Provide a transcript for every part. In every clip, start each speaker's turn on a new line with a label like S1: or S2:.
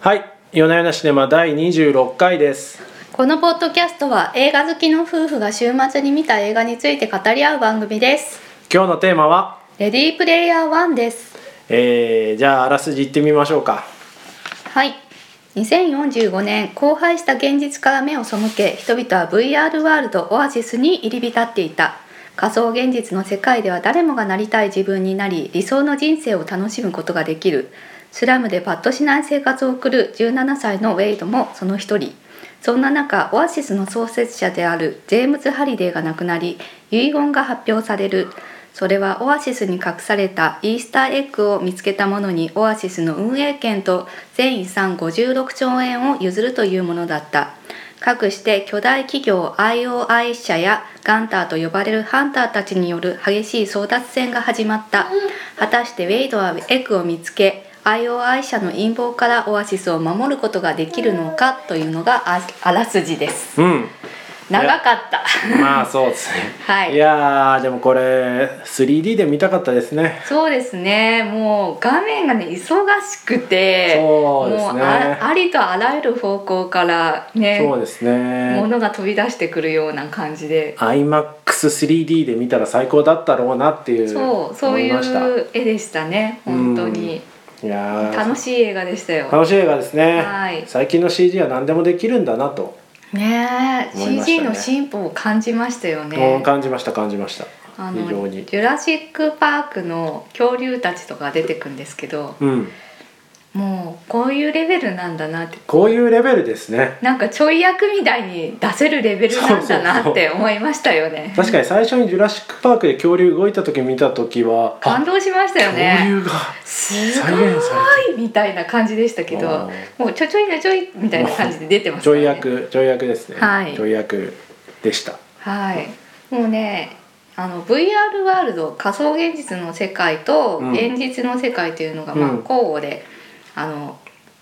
S1: はい夜な夜なシネマ第26回です
S2: このポッドキャストは映画好きの夫婦が週末に見た映画について語り合う番組です
S1: 今日のテーマは、
S2: レディープレイヤー1です
S1: えー、じゃああらすじいってみましょうか
S2: はい2045年荒廃した現実から目を背け人々は VR ワールドオアシスに入り浸っていた仮想現実の世界では誰もがなりたい自分になり理想の人生を楽しむことができるスラムでパッとしない生活を送る17歳のウェイドもその一人そんな中オアシスの創設者であるジェームズ・ハリデーが亡くなり遺言が発表されるそれはオアシスに隠されたイースターエッグを見つけた者にオアシスの運営権と全遺産56兆円を譲るというものだったかくして巨大企業 IOI 社やガンターと呼ばれるハンターたちによる激しい争奪戦が始まった果たしてウェイドはエッグを見つけ IOI 社の陰謀からオアシスを守ることができるのかというのがああらすじです
S1: うん
S2: 長かった
S1: まあそうですね
S2: はい
S1: いやーでもこれ 3D で見たかったですね
S2: そうですねもう画面がね忙しくて
S1: そうですね
S2: もうあありとあらゆる方向からね
S1: そうですね
S2: 物が飛び出してくるような感じで
S1: iMAX3D で見たら最高だったろうなっていう
S2: そうそうい
S1: 思ました
S2: う絵でしたね本当に
S1: いやー
S2: 楽しい映画でしたよ
S1: 楽しい映画ですね、
S2: はい
S1: 最近の CG は何でもできるんだなと、
S2: ねえ
S1: 思いましたね
S2: CG の進歩を感じましたよ
S1: うん
S2: ね
S1: 感じました感じました
S2: あ
S1: 非常
S2: のジ
S1: に
S2: ュラシック・パークの恐竜たちとか出てくるんですけど
S1: うん
S2: もうこういうレベルなんだなって
S1: こういうレベルですね
S2: なんかちょい役みたいに出せるレベルなんだなって思いましたよね。
S1: 確かに最初に「ジュラシック・パーク」で恐竜動いた時見た時は
S2: 感動しましたよね。
S1: 恐竜が
S2: すご
S1: 再現さ
S2: いみたいな感じでしたけ
S1: う
S2: ど
S1: ん、
S2: もうちょちょいなちょいみたいな感じで出てまし
S1: ち
S2: た
S1: ょ
S2: ね。
S1: い。役ちょい役ですね、
S2: はい
S1: ちょい役でした
S2: はい。もうね、あの VR ワールド仮想現実の世界と
S1: うん
S2: 現実の世界というのが
S1: うん
S2: まあ交互で、あの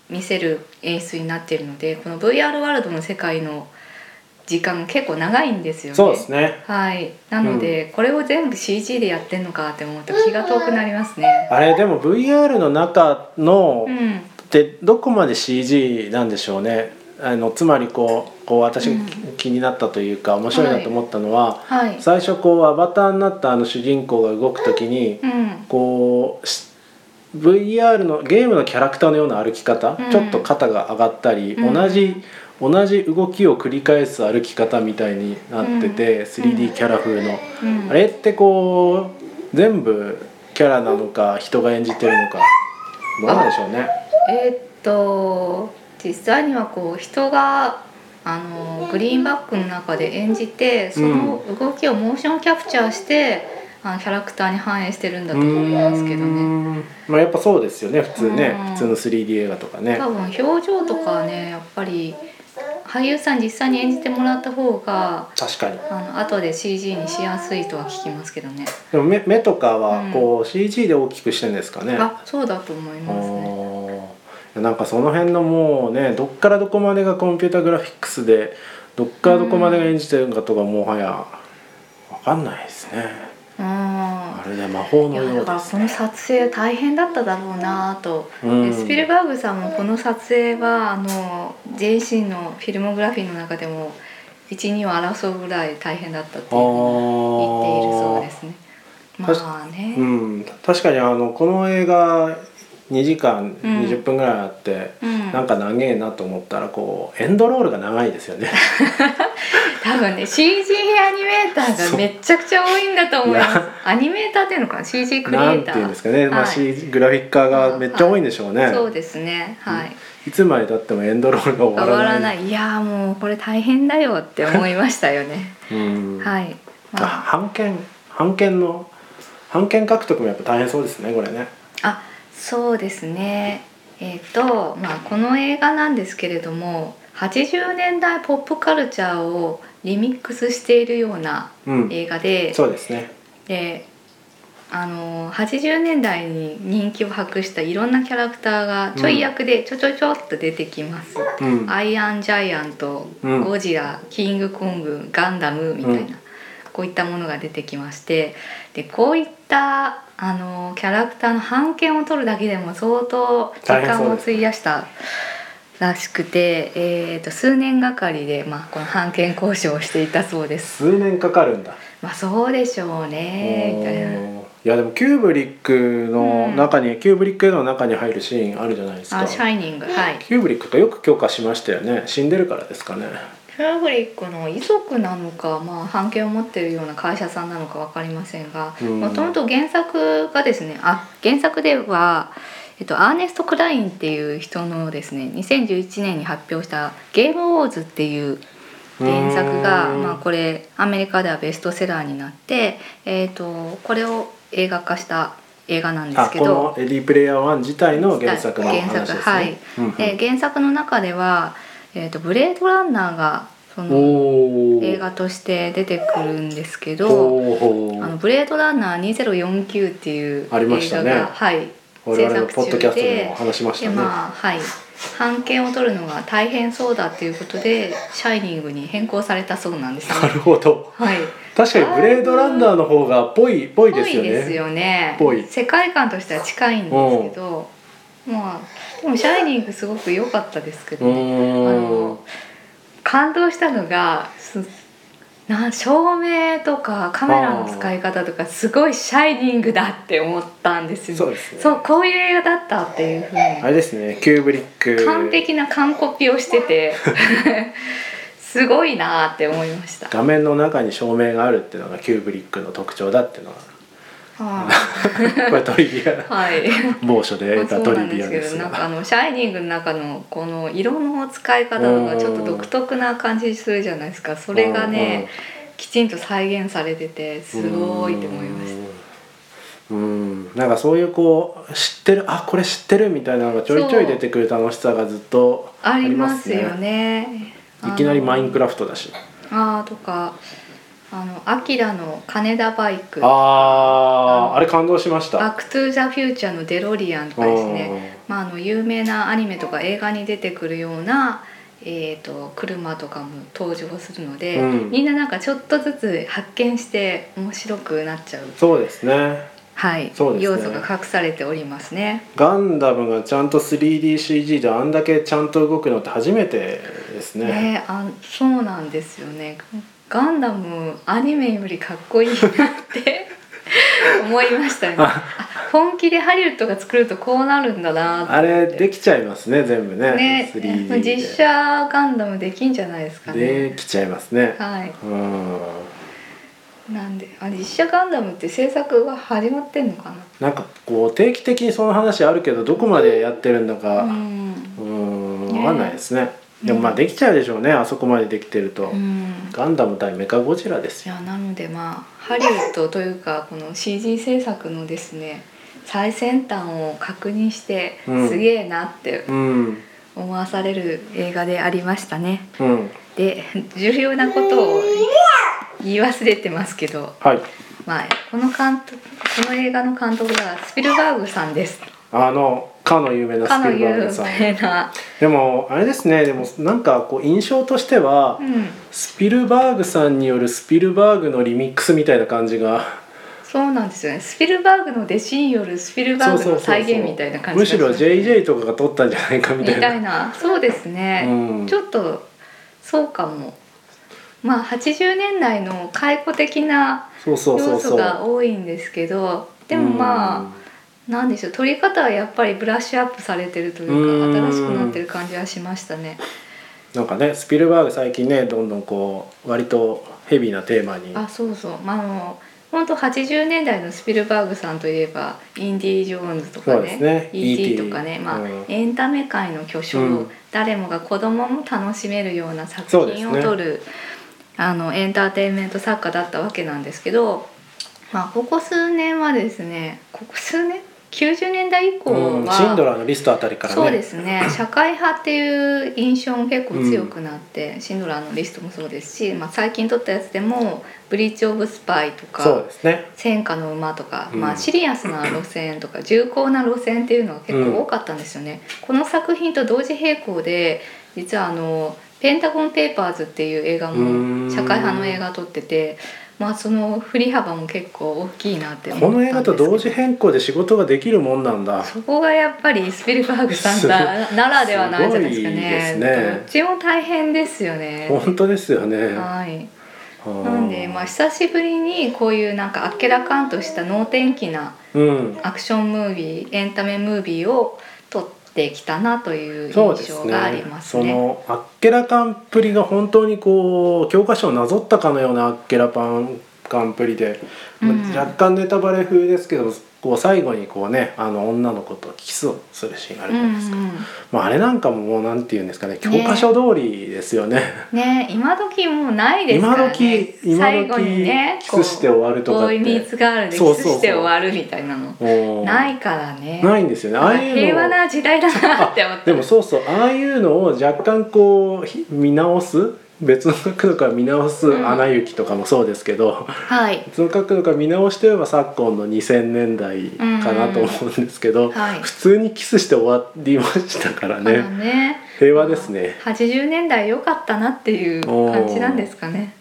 S2: 見せる演出になっているので、この VR ワールドの世界の時間が結構長いんですよね。
S1: そうですね
S2: はい、なので、これを全部 CG でやってんのかって思うと気が遠くなりますね。
S1: あれでも VR の中の
S2: うん、
S1: ってどこまで CG なんでしょうねあのつまりこうこう私が気になったというか面白いなと思ったのは、
S2: はい、
S1: 最初こうアバターになったあの主人公が動く時に
S2: うん、
S1: こうし VR のゲームのキャラクターのような歩き方、
S2: うん
S1: ちょっと肩が上がったり、
S2: うん
S1: 同じ同じ動きを繰り返す歩き方みたいになってて、3D キャラ風の、
S2: うん
S1: あれってこう全部キャラなのか人が演じてるのかどうなんでしょうね。
S2: えーっと実際にはこう人があのグリーンバックの中で演じてその動きをモーションキャプチャーして、あのキャラクターに反映してるんだと思いますけど
S1: うー
S2: ね。
S1: んまあやっぱそうですよね普通ね
S2: うん
S1: 普通の 3D 映画とかね
S2: 多分表情とかはねやっぱり俳優さん実際に演じてもらった方が
S1: 確かに
S2: あの後で CG にしやすいとは聞きますけどね。
S1: でも目目とかは
S2: うん
S1: こう CG で大きくしてるんですかね、
S2: あ、そうだと思います
S1: あ
S2: ね。
S1: ーなんかその辺のもうねどっからどこまでがコンピュータグラフィックスでどっからどこまでが演じてるのかとかもはや分かんないですね
S2: うん
S1: あ。れで魔法
S2: い
S1: の
S2: や
S1: よ
S2: だ
S1: うで
S2: から
S1: す
S2: この
S1: ね
S2: 撮影大変だっただろうなと、
S1: うん
S2: スピルバーグさんもこの撮影はあの JC のフィルモグラフィーの中でも12を争うぐらい大変だったっていうのを言っているそうですね。まあね、
S1: う
S2: うん
S1: ん、確かにあのこの映画2時間20分ぐらいあって、なんか長えなと思ったらこうエンドロールが長いですよね
S2: 多分ね CG アニメーターがめちゃくちゃ多いんだと思いま
S1: い
S2: す
S1: や。
S2: アニメーターっていうのかな CG クリエ
S1: なん
S2: イタ
S1: て
S2: ー。
S1: いうんですかね、まあ
S2: はい
S1: C グラフィッカーがめっちゃ多いんでしょうね、
S2: そうですね。はい。
S1: いつまでたってもエンドロールが終
S2: 変
S1: わ
S2: わ
S1: ら
S2: ら
S1: な
S2: ないいいやーもうこれ大変だよって思いましたよね
S1: うん
S2: はい、
S1: あ
S2: まあ、
S1: 版権版権の版権獲得もやっぱ大変そうですねこれね
S2: あそうですねえっ、とまあこの映画なんですけれども80年代ポップカルチャーをリミックスしているような
S1: うん
S2: 映画で、
S1: そうですね
S2: であのー80年代に人気を博したいろんなキャラクターがちょい役でちょちょちょっと出てきます、
S1: うん
S2: アイアンジャイアント、
S1: うん
S2: ゴジラキングコングガンダムみたいな、
S1: うん
S2: こういったものが出てきましてでこういったあのキャラクターの版権を取るだけでも相当時
S1: 大変そう
S2: 間を
S1: ですね
S2: 費やしたらしくて、えー、と数年がかりで、まあ、この判権交渉をしていたそうです。
S1: 数年かかるんだ、
S2: まあ、そうでしょうねみたいな。
S1: おーいやでもキューブリックの中に、キューブリックの中に入るシーンあるじゃないですか
S2: あ、シャイニング、はい。
S1: キューブリックとよく許可しましたよね死んでるからですかね
S2: フラブリックの遺族なのか、まあ、版権を持っているような会社さんなのか分かりませんが
S1: うん
S2: もともと原作がですねあ原作では、えっと、アーネスト・クラインっていう人のですね2011年に発表した「ゲーム・ウォーズ」っていう原作が、
S1: うん
S2: まあ、これアメリカではベストセラーになって、えっとこれを映画化した映画なんで
S1: あ
S2: すけ
S1: こ
S2: ど。
S1: の「レディープレイヤー1」自体の原作の話ですね
S2: 原作はい
S1: うんうん
S2: で原作の中では、えー、とブレードランナーがその
S1: おー
S2: 映画として出てくるんですけど
S1: お
S2: 「あ
S1: ー
S2: のブレードランナー2049」っていう映画が
S1: ありましたね
S2: はい、
S1: 我々の
S2: 制
S1: ポッド
S2: 作
S1: キャ
S2: 中
S1: ストでも
S2: で
S1: 話しまし
S2: で
S1: たね、
S2: まあはい版権を取るのが大変そうだっていうことで「シャイニング」に変更されたそうなんですね。
S1: なるほど
S2: はい、
S1: 確かにブレードランナーの方がぽいぽいですよ
S2: ぽいです
S1: ね
S2: よね
S1: ぽい
S2: 世界観としては近いんですけどまあでも「シャイニング」すごく良かったですけ
S1: う
S2: どね、あ
S1: ーん
S2: の感動したのがすなん照明とかカメラの使い方とかすごい「シャイニング」だって思ったんですよ
S1: そうですね
S2: そうこういう映画だったっていうふう
S1: あ
S2: に
S1: れですねキューブリック
S2: 完璧な完コピをし ててすごいなって思いました。
S1: 画面の中に照明があるっていうのがキューブリックの特徴だっていう の
S2: は
S1: がこれトリビア
S2: いはい
S1: 某所で
S2: まあ
S1: 得
S2: そ
S1: た
S2: う
S1: トリ
S2: なん
S1: ビ
S2: で
S1: ア
S2: すけ
S1: で
S2: ど
S1: す
S2: なん
S1: が
S2: かあの「シャイニング」の中のこの色の使い方がちょっと独特な感じするじゃないですかそれがねきちんと再現されててすごいって思いました
S1: たうんなんかそういうこう知ってるあこれ知ってるみたいなのがちょいちょい出てくる楽しさがずっと
S2: ありますよね
S1: いきなりマインク
S2: ラ
S1: ラフトだし
S2: あーとかあの「アキラの金田バイク」
S1: あ
S2: あ
S1: ーあれ感動しまし
S2: 「バ
S1: た
S2: ック・トゥ・ザ・フューチャー」の「デロリアン」とかですねまあ、あの有名なアニメとか映画に出てくるような、えー、と車とかも登場するので、
S1: うん
S2: みんななんかちょっとずつ発見して面白くなっちゃう,、
S1: そうですね
S2: はい
S1: そうです
S2: 要
S1: ね
S2: 素が隠されておりますね。
S1: ガンダムがちゃんと 3DCG であんだけちゃんと動くのって初めてですね
S2: ねあそうなんですよねガンダムアニメよりかっこいいなって 思いましたね。あ本気でハリウッドが作るとこうなるんだなって
S1: あれできちゃいますね全部ね
S2: ね
S1: 3D で
S2: 実写ガンダムできんじゃないですかね。
S1: できちゃいますね
S2: はい
S1: うん
S2: なんであ実写ガンダムって制作が始まってんのか
S1: なんかこう定期的にその話あるけどどこまでやってるんだ
S2: な
S1: か
S2: うん
S1: うん
S2: ね
S1: 分かんないですね
S2: うん
S1: でもまあできちゃうでしょうねあそこまでできてると
S2: うん
S1: ガンダム対メカゴジラです
S2: い
S1: よ
S2: やなのでまあハリウッドというかこの CG 制作のですね最先端を確認して
S1: うん
S2: すげえなって
S1: うん
S2: 思わされる映画でありましたね。
S1: うん
S2: で重要なことを言い忘れてますけど、
S1: はい
S2: まあ、この監督この映画の監督がスピルバーグさんです。
S1: あのかの有名な
S2: か
S1: スピ
S2: の
S1: ル
S2: 有
S1: バーグさん
S2: 名な、
S1: でもあれですねでもなんかこう印象としては、
S2: うん、
S1: スピルバーグさんによるスピルバーグのリミックスみたいな感じが
S2: そうなんですよねスピルバーグの弟子によるスピルバーグの再現みたいな感じ
S1: むしろ
S2: がします
S1: JJ とかが撮ったんじゃないかみ
S2: み
S1: たいな
S2: たいなそうですね、
S1: うん
S2: ちょっとそうかもまあ80年代の解雇的な
S1: そうそうそ
S2: 要
S1: うそ
S2: 素
S1: う
S2: が多いんですけどでもまあ、なんでしょう撮り方はやっぱりブラッシュアップされてるというか
S1: うん
S2: 新しくなってる感じはしましたね。
S1: うんなんかねスピルバーグ最近ねどんどんこう割とヘビーなテーマに
S2: あそうそう、まあ、あの本当80年代のスピルバーグさんといえば「インディ・ージョーンズ」とか
S1: そうで
S2: ね
S1: すね
S2: E.T.」
S1: E.T.
S2: とかね、まあ
S1: うん
S2: エンタメ界の巨匠、
S1: うん
S2: 誰もが子供も楽しめるような作
S1: そうです
S2: 品
S1: ね
S2: を撮る、あのエンターテインメント作家だったわけなんですけど、まあ、ここ数年はですねここ数年90年代以降
S1: うん
S2: は、
S1: シンドラーのリストあたりからね
S2: そうです ね社会派っていう印象も結構強くなって、シンドラーのリストもそうですし、まあ、最近撮ったやつでも「ブリーチ・オブ・スパイ」と
S1: そう
S2: か
S1: ですね
S2: 「戦火の馬」とか、
S1: うん
S2: まあ、シリアスな路線と か重厚な路線っていうのが結構多かったんですよね。この作品と同時並行で実はあの「ペンタゴン・ペーパーズ」っていう映画
S1: うー
S2: も
S1: ん
S2: 社会派の映画撮っててまあその振り幅も結構大きいなって
S1: こ
S2: 思
S1: の
S2: っ
S1: 映
S2: た
S1: 画
S2: んです
S1: と
S2: けど
S1: 同時変更で仕事ができるもんなんだ
S2: そこがやっぱりスピルバーグさん だならではないじゃないですかね
S1: すごいですね
S2: どっちも大変ですよね
S1: 本当ですよね
S2: はい
S1: な
S2: なんでまあ久しぶりにこういうなんかあっけらかんとした能天気な
S1: うん
S2: アクションムービーエンタメムービーを撮ってきたなという
S1: そうで
S2: 印
S1: す
S2: 象
S1: ね
S2: があります
S1: そ
S2: ね。
S1: のあっけらかんっぷりが本当にこう教科書をなぞったかのようなあっけらパンかんぷりで、まあ
S2: うん
S1: 若干ネタバレ風ですけどこう最後にこうねあの女の子とキスをするシーンがある
S2: う
S1: じゃない
S2: ん
S1: ですか、
S2: うん
S1: まあ、あれなんかももうなんて言うんですかね教
S2: ね
S1: 科書通りですよね
S2: ね今時もうないですか
S1: 今
S2: ら
S1: 時
S2: ね
S1: 今
S2: 最後に
S1: 時、
S2: ね
S1: キスして終わるとかっ
S2: ボーイミー
S1: て
S2: ツガールでキ
S1: そうそう
S2: ス
S1: そう
S2: して終わるみたいなの
S1: もう
S2: ないからね
S1: ないんですよねああいうのを
S2: 平和な時代だなって思って
S1: でもそうそうああいうのを若干こうひ見直す別の角度から見直す
S2: う
S1: 「
S2: ん
S1: アナ雪」とかもそうですけど、
S2: はい
S1: 別の角度から見直してれば昨今の2000年代かなと思うんですけど、
S2: はい
S1: 普通にキスして終わりましたから
S2: あの
S1: ね
S2: ね
S1: 平和ですね
S2: 80年代良かったなっていう感じなんですかね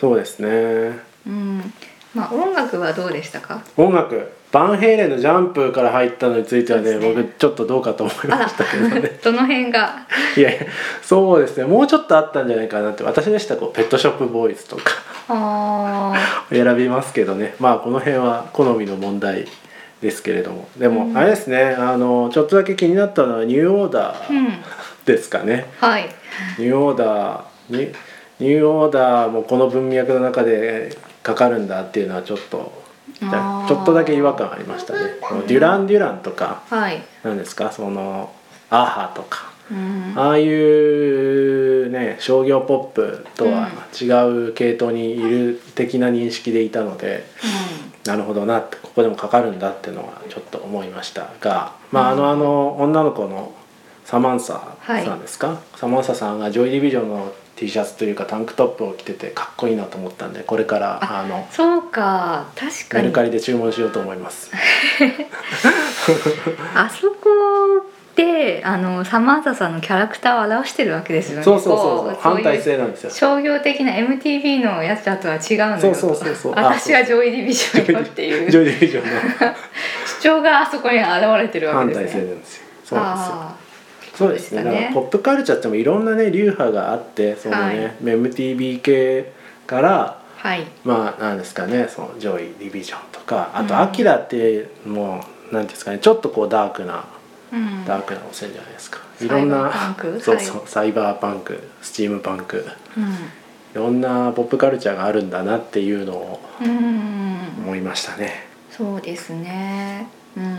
S1: そうですね
S2: うんまあ音楽はどうでしたか
S1: 音楽バンヘイレンの「ジャンプ」から入ったのについてはね
S2: そうですね
S1: 僕ちょっとどうかと思い
S2: あ
S1: ま
S2: ら
S1: したけど ね
S2: どの辺が
S1: いやいやそうですねもうちょっとあったんじゃないかなって私でしたらこうペットショップボーイズとか。
S2: あー
S1: 選びますけどねまあこの辺は好みの問題ですけれどもでも、
S2: うん
S1: あれですねあのちょっとだけ気になったのはニューオーダ
S2: うん
S1: ーですかね、
S2: はい
S1: ニューオーダーにニューオーダーもこの文脈の中でかかるんだっていうのはちょっとち
S2: あー
S1: ょっとだけ違和感ありましたねデュラン・デュランとか
S2: はい
S1: なんですかそのアーハとか
S2: うん
S1: ああいうね商業ポップとは違う系統にいる的な認識でいたので、なるほどなってここでもかかるんだっていうのはちょっと思いましたが、まあ、あのあの女の子のサマンサさんですか、サマンサさんがジョイ・ディビジョンの T シャツというかタンクトップを着ててかっこいいなと思ったんでこれからあの
S2: そうか確か
S1: メル
S2: に
S1: カリで注文しようと思い ます。
S2: あそこであのサマンサさんのキャラクターを表してるわけですよね
S1: そうそうそうそう
S2: こ
S1: 反対
S2: そう
S1: 性
S2: いう
S1: なんですよ。
S2: 商業的な MTV のやつらとは違うのよ
S1: そうそうそうそうあ
S2: 私はジョイ・ディビジ
S1: ジョイ
S2: ョンだってい
S1: ジョ
S2: う
S1: イ・ディビジョンの
S2: 主張があそこに現れてるわ
S1: 反
S2: け
S1: 対
S2: です
S1: 性
S2: ね
S1: なんですよ。そうなんですよ。
S2: あ
S1: そうですね。
S2: そうでしたね
S1: だからポップカルチャーってもいろんなね流派があって、そのね、
S2: はい
S1: MTV 系から
S2: ーはい
S1: まあなんですかねその上位ディビジョンとかあ
S2: う
S1: と「
S2: ん
S1: アキラってもう何ですかねちょっとこうダークな
S2: うん
S1: ダークな路線じゃないですか、
S2: うん
S1: いろんな
S2: サイバーパン ク
S1: そうそうサイバーパンクスチームパンク
S2: う
S1: いろんなポップカルチャーがあるんだなっていうのを
S2: ん、うん、
S1: 思いましたね。
S2: そうですねうん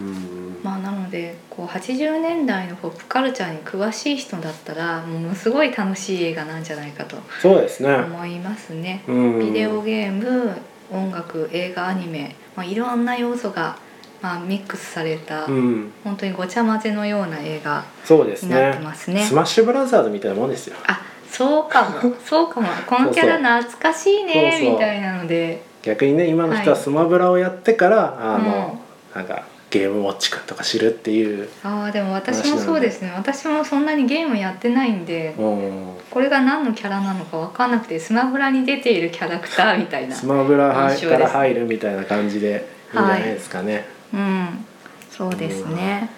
S1: うん
S2: まあなのでこう80年代のポップカルチャーに詳しい人だったらものすごい楽しい映画なんじゃないかと
S1: そうですね、
S2: 思いますね、
S1: うん、
S2: ビデオゲーム音楽映画アニメ、まあ、いろんな要素が、まあ、ミックスされた、
S1: うん
S2: 本当にごちゃ混ぜのような映画
S1: そうです
S2: に
S1: ね
S2: なってますね
S1: スマッシュブラザーズみたいなもんですよ
S2: あそうか もそうかもこのキャラ懐かしいね
S1: そうそう
S2: みたいなので
S1: 逆にね今の人は
S2: はい
S1: スマブラをやってから、あ
S2: うん
S1: の、なんかゲームウォッチ君とか知るっていう、
S2: ああでも私もそうですね私もそんなにゲームやってないんで
S1: うん、
S2: これが何のキャラなのか分かんなくてスマブラに出ているキャラクターみたいな
S1: スマブラ
S2: 印象
S1: か
S2: です
S1: ら入るみたいな感じでいいんじゃないですかね、
S2: うんそうですね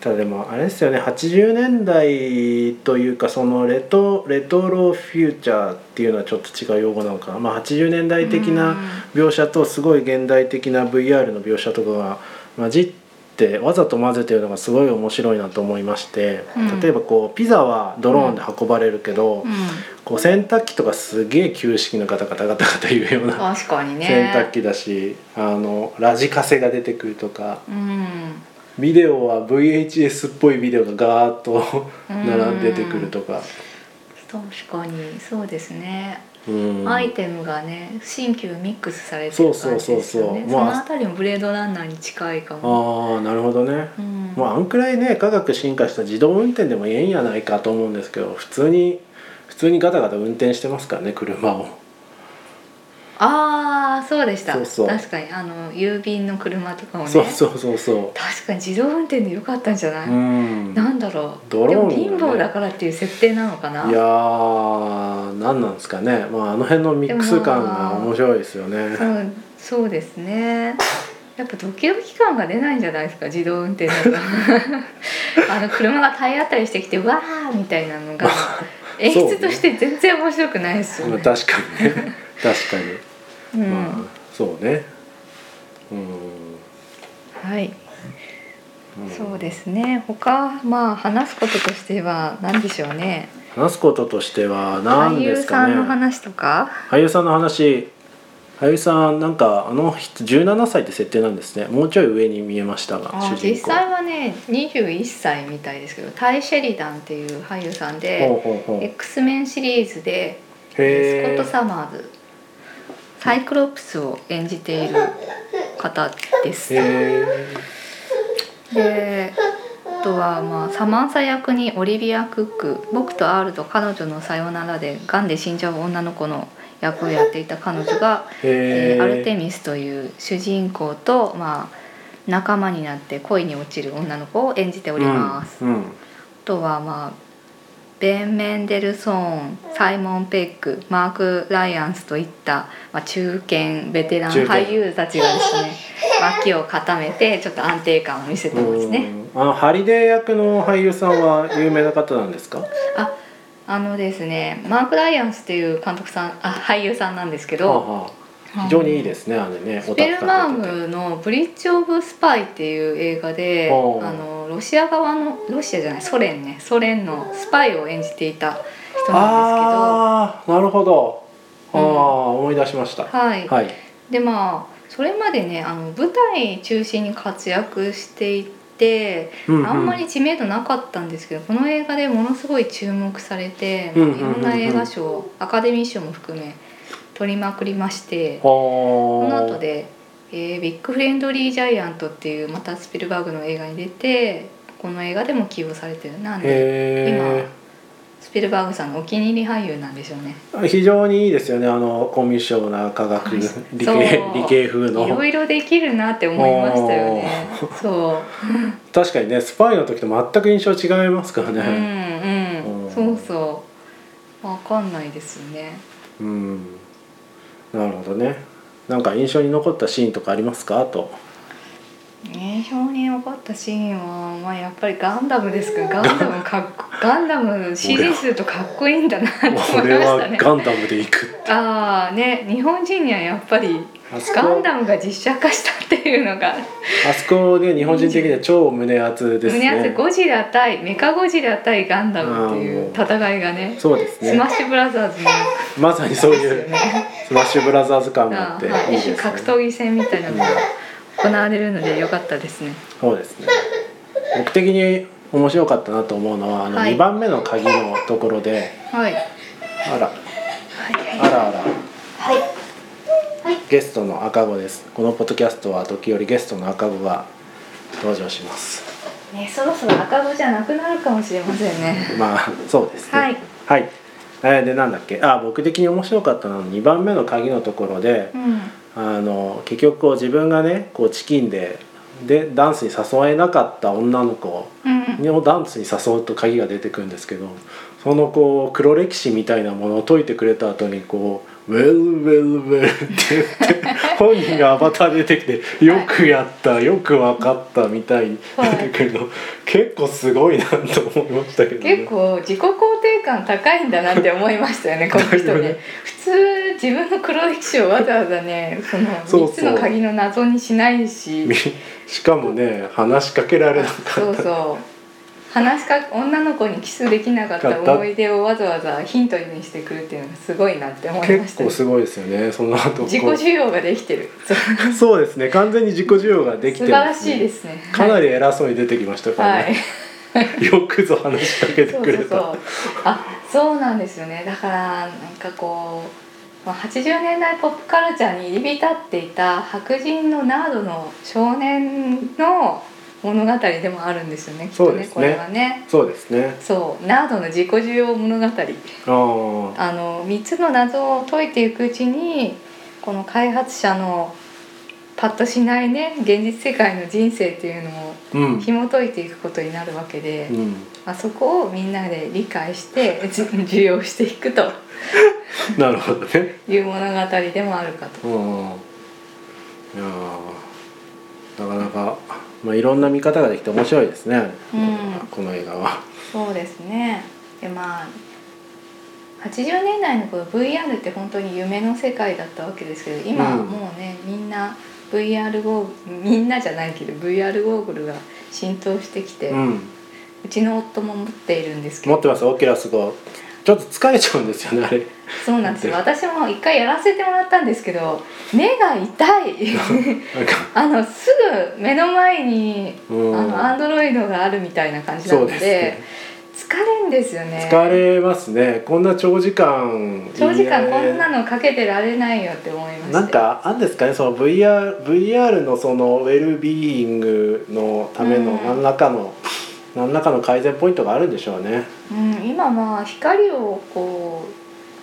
S1: ただでもあれですよね80年代というかそのレトレトロフューチャーっていうのはちょっと違う用語なのかな、まあ、80年代的
S2: うん
S1: な描写とすごい現代的な VR の描写とかが混じってわざと混ぜてるのがすごい面白いなと思いまして、
S2: うん
S1: 例えばこうピザはドローンで運ばれるけど、
S2: うん
S1: こう洗濯機とかすげえ旧式のガタガタガタガタいうような
S2: 確かにね
S1: 洗濯機だし、あのラジカセが出てくるとか
S2: うん
S1: ビデオは VHS っぽいビデオがガーッと
S2: うん
S1: 並んでてくるとか
S2: 確かにそうですね、
S1: うん
S2: アイテムがね新旧ミックスされてる感じですよ
S1: そう
S2: ね
S1: そうそうそう
S2: そ
S1: まあ
S2: のあたりもブレードランナーに近いかも、
S1: ああなるほどね、
S2: うん、
S1: もうあんくらいね科学進化した自動運転でもええんやないかと思うんですけど普通に普通にガタガタ運転してますからね車を
S2: あああそうでした
S1: そうそう
S2: 確かにあの郵便の車とかもね
S1: そうそうそうそ
S2: 確かに自動運転でよかったんじゃな
S1: う
S2: い、
S1: うん
S2: なんだろう
S1: ドローンがね
S2: でも貧乏だからっていう設定なのかない
S1: やー何なんですかね、まあ、あの辺のミックス感が面白いですよね
S2: そうそうですねやっぱドキドキ感が出ないんじゃないですか自動運 転だとあの車が体当たりしてきてわーみたいなのが演出として全然面白くないですよ
S1: まあ
S2: ね
S1: 確かにね確かに、
S2: う
S1: まあ
S2: ん、
S1: そうねうん
S2: はい
S1: うん
S2: そうですね他まあ話すこととしては何でしょうね
S1: 話すこととしては何
S2: 俳優
S1: です
S2: さ
S1: かね
S2: んの話とか
S1: 俳優さんの話俳優さんなんかあの人17歳って設定なんですねもうちょい上に見えましたが
S2: あ
S1: 主
S2: ー
S1: 人
S2: 実
S1: 公
S2: 際はね21歳みたいですけどタイ・シェリダンっていう俳優さん
S1: ほう
S2: で
S1: ほうほう
S2: X メンシリーズでスコッ
S1: へ
S2: ト・
S1: ー
S2: サマーズサイクロプスを演じている方です。
S1: へ
S2: であとは、まあ、サマンサ役にオリビア・クック「僕とアールと彼女のさよなら」でがんで死んじゃう女の子の役をやっていた彼女が、
S1: ーへー
S2: えーアルテミスという主人公と、まあ、仲間になって恋に落ちる女の子を演じております。
S1: うんうん
S2: あとはまあベン・メンデルソンサイモン・ペックマーク・ライアンスといった、まあ、中堅ベテラン
S1: 中堅
S2: 俳優たちがです ね脇を固めてちょっと安定感を見せてますね。
S1: うんあのハリデー役の俳優さんは有名な方なんですか
S2: ああのですねマーク・ライアンスっていう監督さんあ俳優さんなんですけ
S1: はあ
S2: ど
S1: はあ非常にいいですねあれね
S2: スピル
S1: オタク
S2: バ
S1: 感出てて
S2: ーグの「ブリッジ・オブ・スパイ」っていう映画で
S1: おう
S2: あのロシア側のロシアじゃないソ連ねソ連のスパイを演じていた人なんですけど。
S1: ああなるほどああ、
S2: うん
S1: 思い出しましたは
S2: はい、
S1: い、
S2: でまあそれまでねあの舞台中心に活躍していて、
S1: うんうん
S2: あんまり知名度なかったんですけどこの映画でものすごい注目されて、
S1: うんうんうんうん
S2: いろんな映画賞アカデミー賞も含め取りまくりまして
S1: こ
S2: この
S1: の
S2: 後で、えービッグフレンドリー・ジャイアント」っていうまたスピルバーグの映画に出てこの映画でも起用されてるなんで
S1: へ
S2: スピルバーグさんのお気に入り俳優なんでしょうね。
S1: え非常にいいですよねあのコミュ障な科学
S2: そう
S1: 理系理系風
S2: いろ
S1: の
S2: いろできるなって思いましたよね。そう。
S1: 確かにねスパイの時と全く印象違いますから
S2: う
S1: ね
S2: んう、
S1: うんん
S2: そうそうわかんないですよね
S1: うん、なるほどねなんか印象に残ったシーンとかありますか と
S2: 印象に残ったシーンは、まあ、やっぱりガンダムですかガンダムかっ こガンダム CD 数とかっこいいんだなって思いま
S1: 俺
S2: し
S1: は
S2: たね
S1: ガンダムで行く
S2: ああね日本人にはやっぱり
S1: あそこ
S2: ガンダムが実写化したっていうのが
S1: あそこで日本人的には超胸熱です
S2: 胸熱
S1: ね
S2: ゴジラ対メカゴジラ対ガンダムっていう戦いがね
S1: そうです
S2: ス
S1: ね
S2: マッシュブラザーズの
S1: まさにそう
S2: です
S1: い
S2: よ
S1: う
S2: ね
S1: スマッシュブラザーズ感もあ
S2: あ
S1: ってい
S2: はいい、
S1: です
S2: 一
S1: ね
S2: 種格闘技戦みたいなのが行われるので良かったですね。
S1: そうですね僕的に面白かったなと思うのはあの
S2: はい
S1: 2番目の鍵のところで、
S2: はい。
S1: あらあらあらゲストの赤子ですこのポッドキャストは時折ゲストの赤子が登場します
S2: ね、そろそろ赤子じゃなくなるかもしれませんね。
S1: まあそうですね
S2: はい、
S1: はいえーでなんだっけあ僕的に面白かったのは2番目の鍵のところで、
S2: うん。
S1: あの結局こう自分がねこうチキンででダンスに誘えなかった女の子
S2: うん。
S1: をダンスに誘うと鍵が出てくるんですけどそのこう黒歴史みたいなものを解いてくれた後にこう「ウェルウェルウェル」って言 って本人がアバターで出てきて「よくやったよく分かった」みたいに出てくるの、結構すごいなと思いましたけどね。
S2: 結構自己肯定感高いんだなって思いましたよ ね、この人
S1: だいぶ
S2: ね
S1: ね。
S2: 普通自分の黒歴史をわざわざね、その
S1: そうそ
S2: 三
S1: う
S2: つの鍵の謎にしないし
S1: み。しかもね話しかけられなかった
S2: そうそう。話しかけ女の子にキスできなかった思い出をわざわざヒントにしてくるっていうのがすごいなって思いまし
S1: 結
S2: たね
S1: 構すごいですよねその後こう
S2: 自己需要ができてる。そう
S1: そうですね完全に自己需要ができて
S2: 素晴らしいですすね。
S1: ねかなり偉そうに出てきましたから
S2: は
S1: ね、
S2: い。
S1: よくぞ話しかけて
S2: そう
S1: く
S2: そう
S1: れ
S2: そ
S1: た
S2: う。あ、そうなんですよね。だからなんかこう、まあ、80年代ポップカルチャーに入り浸っていた白人のナードの少年の物語でもあるんですよね。きっと
S1: そう
S2: ね
S1: ですね
S2: これはね。
S1: そうですね
S2: そう、ナードの自己需要物語。
S1: ああ
S2: あの三つの謎を解いていくうちに。この開発者のパッとしないね現実世界の人生っていうの
S1: うん
S2: を紐解いていくことになるわけで、
S1: うん、
S2: まあ、そこをみんなで理解してじ受容していくと
S1: なるほどね。
S2: いう物語でもあるかと。
S1: うん、いやーなかなか、まあ、いろんな見方ができて面白いですね、
S2: うん
S1: この映画は。
S2: そうですねでまあ80年代の頃 VR って本当に夢の世界だったわけですけど今は
S1: うん
S2: もうね、みんな VR ゴーグルみんなじゃないけど VR ゴーグルが浸透してきて、
S1: う、
S2: うんちの夫も持っているんですけ
S1: 持っ
S2: ど
S1: てますオキュラス号ちょっと疲れちゃうんですよねあれ。
S2: そうなんですよ私も一回やらせてもらったんですけど目が痛い
S1: なんか
S2: あのすぐ目の前にあ
S1: うん
S2: のアンドロイドがあるみたいな感じな
S1: そう
S2: の
S1: で
S2: です
S1: ね。
S2: 疲れんですよね
S1: 疲れますねこんな長時間
S2: 長時間こん
S1: の
S2: なのかけてられないよって思いました
S1: なんかあんですかねその VR, VR のそのウェルビーイングのため
S2: う
S1: の
S2: ん
S1: 何らかの、何らかの改善ポイントがあるんでしょうね。
S2: うん、今まあ光をこ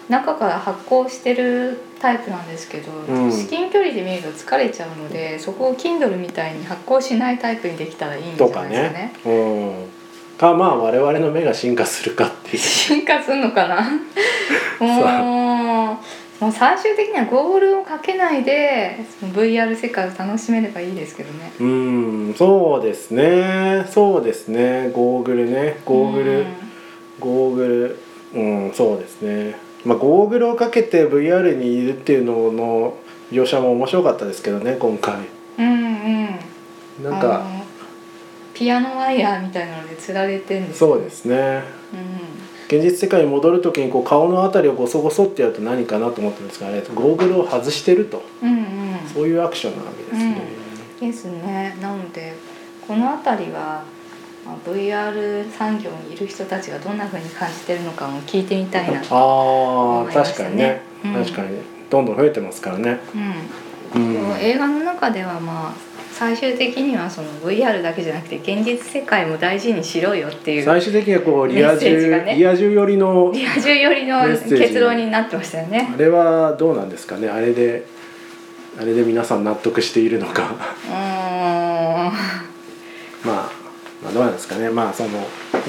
S2: う中から発光してるタイプなんですけど、
S1: うん
S2: 至近距離で見ると疲れちゃうのでそこを Kindle みたいに発光しないタイプにできたらいいんじゃ
S1: と
S2: な
S1: か
S2: いですかね
S1: ね。うん、かまあ我々の目が進化するかっていう。
S2: 進化するの かなもうもう最終的にはゴーグルをかけないでその VR 世界を楽しめればいいですけどね
S1: うん、そうですねそうですねゴーグルねゴーグル、ゴーグルうんそうですねまあゴーグルをかけて VR にいるっていうのの描写も面白かったですけどね今回
S2: うん、うんうん
S1: なん
S2: あ
S1: か
S2: のピアノワイヤーみたいなので釣られてんです
S1: そうですね
S2: うん
S1: 現実世界に戻る時にこう顔のあたりをゴソゴソってやると何かなと思ったんですがあれゴーグルを外してると
S2: うんうん
S1: そういうアクションなわけですね、
S2: ですねなのでこの辺りはまあ VR 産業にいる人たちがどんな風に感じてるのかも聞いてみたい な、う
S1: あ
S2: 思
S1: あ
S2: いま
S1: 確
S2: した
S1: かにね
S2: ね、うん
S1: 確かにどんどん増えてますからね
S2: ん、
S1: うん
S2: こう映画の中ではまあ最終的にはその VR だけじゃなくて現実世界も大事にしろよっていう
S1: 最終的にはこうリア
S2: メッセージ
S1: 充、
S2: がね
S1: リア充寄りの
S2: リア充寄りの
S1: メッセージ
S2: 結論になってましたよね
S1: あ。れはどうなんですかねあれであれで皆さん納得しているのか
S2: うーん
S1: まあまあどうなんですかねまあその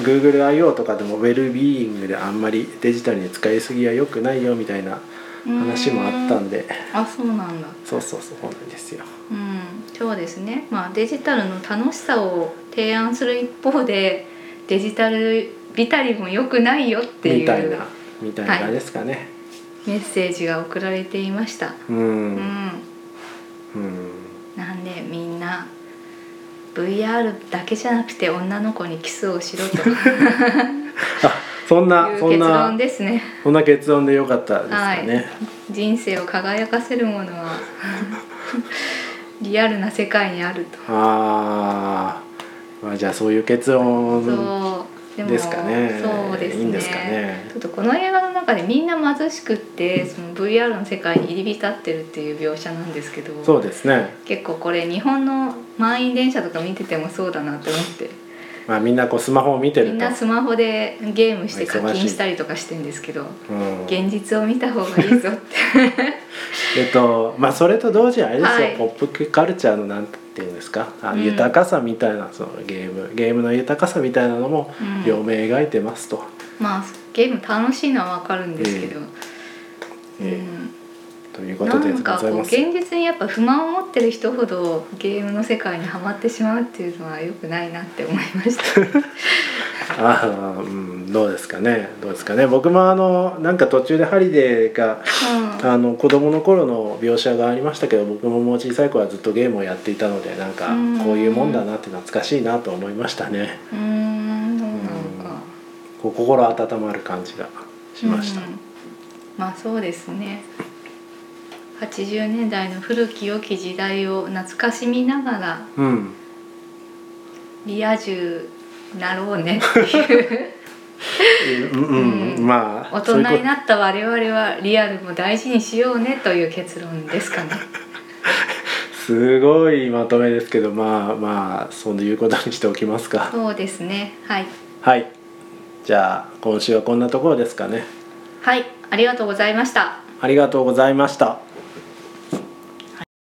S1: GoogleIO とかでもウェルビーイングであんまりデジタルに使いすぎは良くないよみたいな話もあったんで
S2: あそうなんだ
S1: そうそうそうそうなんですよ
S2: うんそうですね、まあ、デジタルの楽しさを提案する一方でデジタルたりも良くないよってい
S1: みたいうなみたいな感じですかね、
S2: メッセージが送られていました、
S1: う
S2: うんん、
S1: うん
S2: なんでみんな VR だけじゃなくて女の子にキスをしろと いう
S1: そんなそん
S2: 結
S1: な
S2: 論ですね
S1: そんな結論で良かったですかね、
S2: はい人生を輝かせるものは リアルな世界にあると
S1: あーまあじゃあそういう結論
S2: そうでも
S1: ですかね
S2: そうですね
S1: いいんですかね
S2: ちょっとこの映画の中でみんな貧しくってその VR の世界に入り浸ってるっていう描写なんですけど
S1: そうですね
S2: 結構これ日本の満員電車とか見ててもそうだなと思って
S1: まあ、みんなこうスマホを見てると
S2: みんなスマホでゲームして課金したりとかしてんですけど
S1: うん、
S2: 現実を見た方がいいぞって
S1: えっとまあそれと同時にあれですよ、
S2: はい
S1: ポップカルチャーのなんていうんですかあ、
S2: うん
S1: 豊かさみたいなそのゲームゲームの豊かさみたいなのも
S2: うん
S1: 両面描いてますと、
S2: まあゲーム楽しいのはわかるんですけど、
S1: え
S2: うん
S1: ーということ
S2: な
S1: でご
S2: ん
S1: ざ
S2: かこ
S1: いうます。
S2: 現実にやっぱ不満を持ってる人ほどゲームの世界にはまってしまうっていうのは良くないなって思いました
S1: あーうん、どうですかねどうですかね僕もあのなんか途中でハリデーが
S2: うん
S1: あの子供の頃の描写がありましたけど僕ももう小さい頃はずっとゲームをやっていたのでなんか
S2: うん
S1: こういうもんだなって懐かしいなと思いましたね
S2: うーんそうなのか
S1: こう心温まる感じがしました、
S2: うんまあそうですね80年代の古き良き時代を懐かしみながら
S1: うん、
S2: リア充なろうねっていう
S1: うん、うん
S2: うん
S1: まあ
S2: 大人
S1: そういう
S2: に
S1: こ
S2: なった我々はリアルも大事にしようねという結論です かね
S1: とすごいまとめですけどまあまあそういうことにしておきますか
S2: そうですねはい
S1: はいじゃあ今週はこんなところですかね
S2: はいありがとうございました
S1: ありがとうございました